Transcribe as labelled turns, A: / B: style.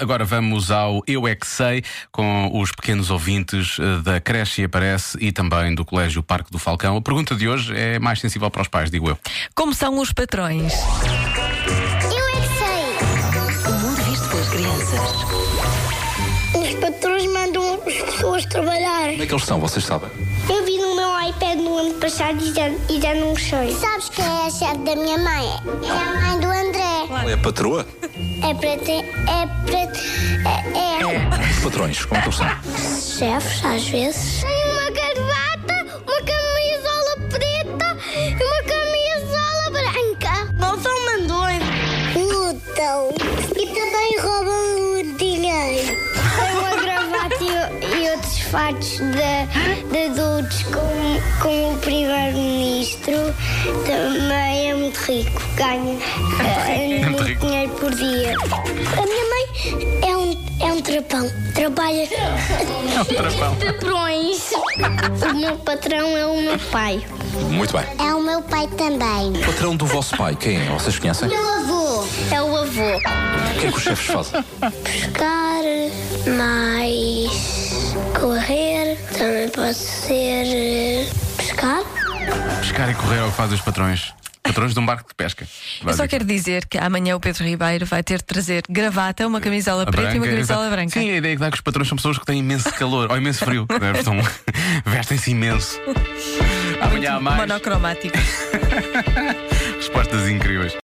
A: agora vamos ao Eu É Que Sei, com os pequenos ouvintes eh, da Creche e Aparece e também do Colégio Parque do Falcão. A pergunta de hoje é mais sensível para os pais, digo eu.
B: Como são os patrões?
C: Eu é que sei.
D: O mundo visto pelas crianças.
C: Os patrões mandam as pessoas trabalhar.
A: Como é que eles são, vocês sabem?
C: Eu vi no meu iPad no ano passado e já, e já não sei. Sabes quem é a chefe da minha mãe? É a mãe do André.
E: É a patroa?
C: É para ter. É para. É. é.
E: Os patrões, como é que eles são?
C: Chefes, às vezes. Tem uma gravata, uma camisola preta e uma camisola branca. Não são mandões. Lutam. E também roubam o dinheiro. Tem uma gravata e, e outros fatos de, de adultos, como, como o primeiro-ministro, também é muito rico. Ganha eh,
A: Muito rico.
C: muito dinheiro por dia. A minha mãe é um, é um trapão. Trabalha.
A: Trapão.
C: Patrões. O meu patrão é o meu pai.
E: Muito bem.
C: É o meu pai também.
E: O patrão do vosso pai, quem é? Vocês conhecem?
C: Meu avô. É o avô.
E: O que é que os chefes fazem?
C: Pescar, mais correr. Também pode ser eh, pescar.
A: Pescar e correr é o que fazem os patrões. Patrões de um barco de pesca.
B: Eu É só quero dizer que amanhã o Pedro Ribeiro vai ter de trazer gravata, uma camisola
A: A
B: preta e uma camisola
A: exato.
B: branca.
A: Sim, a ideia que dá é que os patrões são pessoas que têm imenso calor ou imenso frio. né? Estão- Vestem-se imenso. Amanhã há mais
B: Monocromático.
A: respostas incríveis.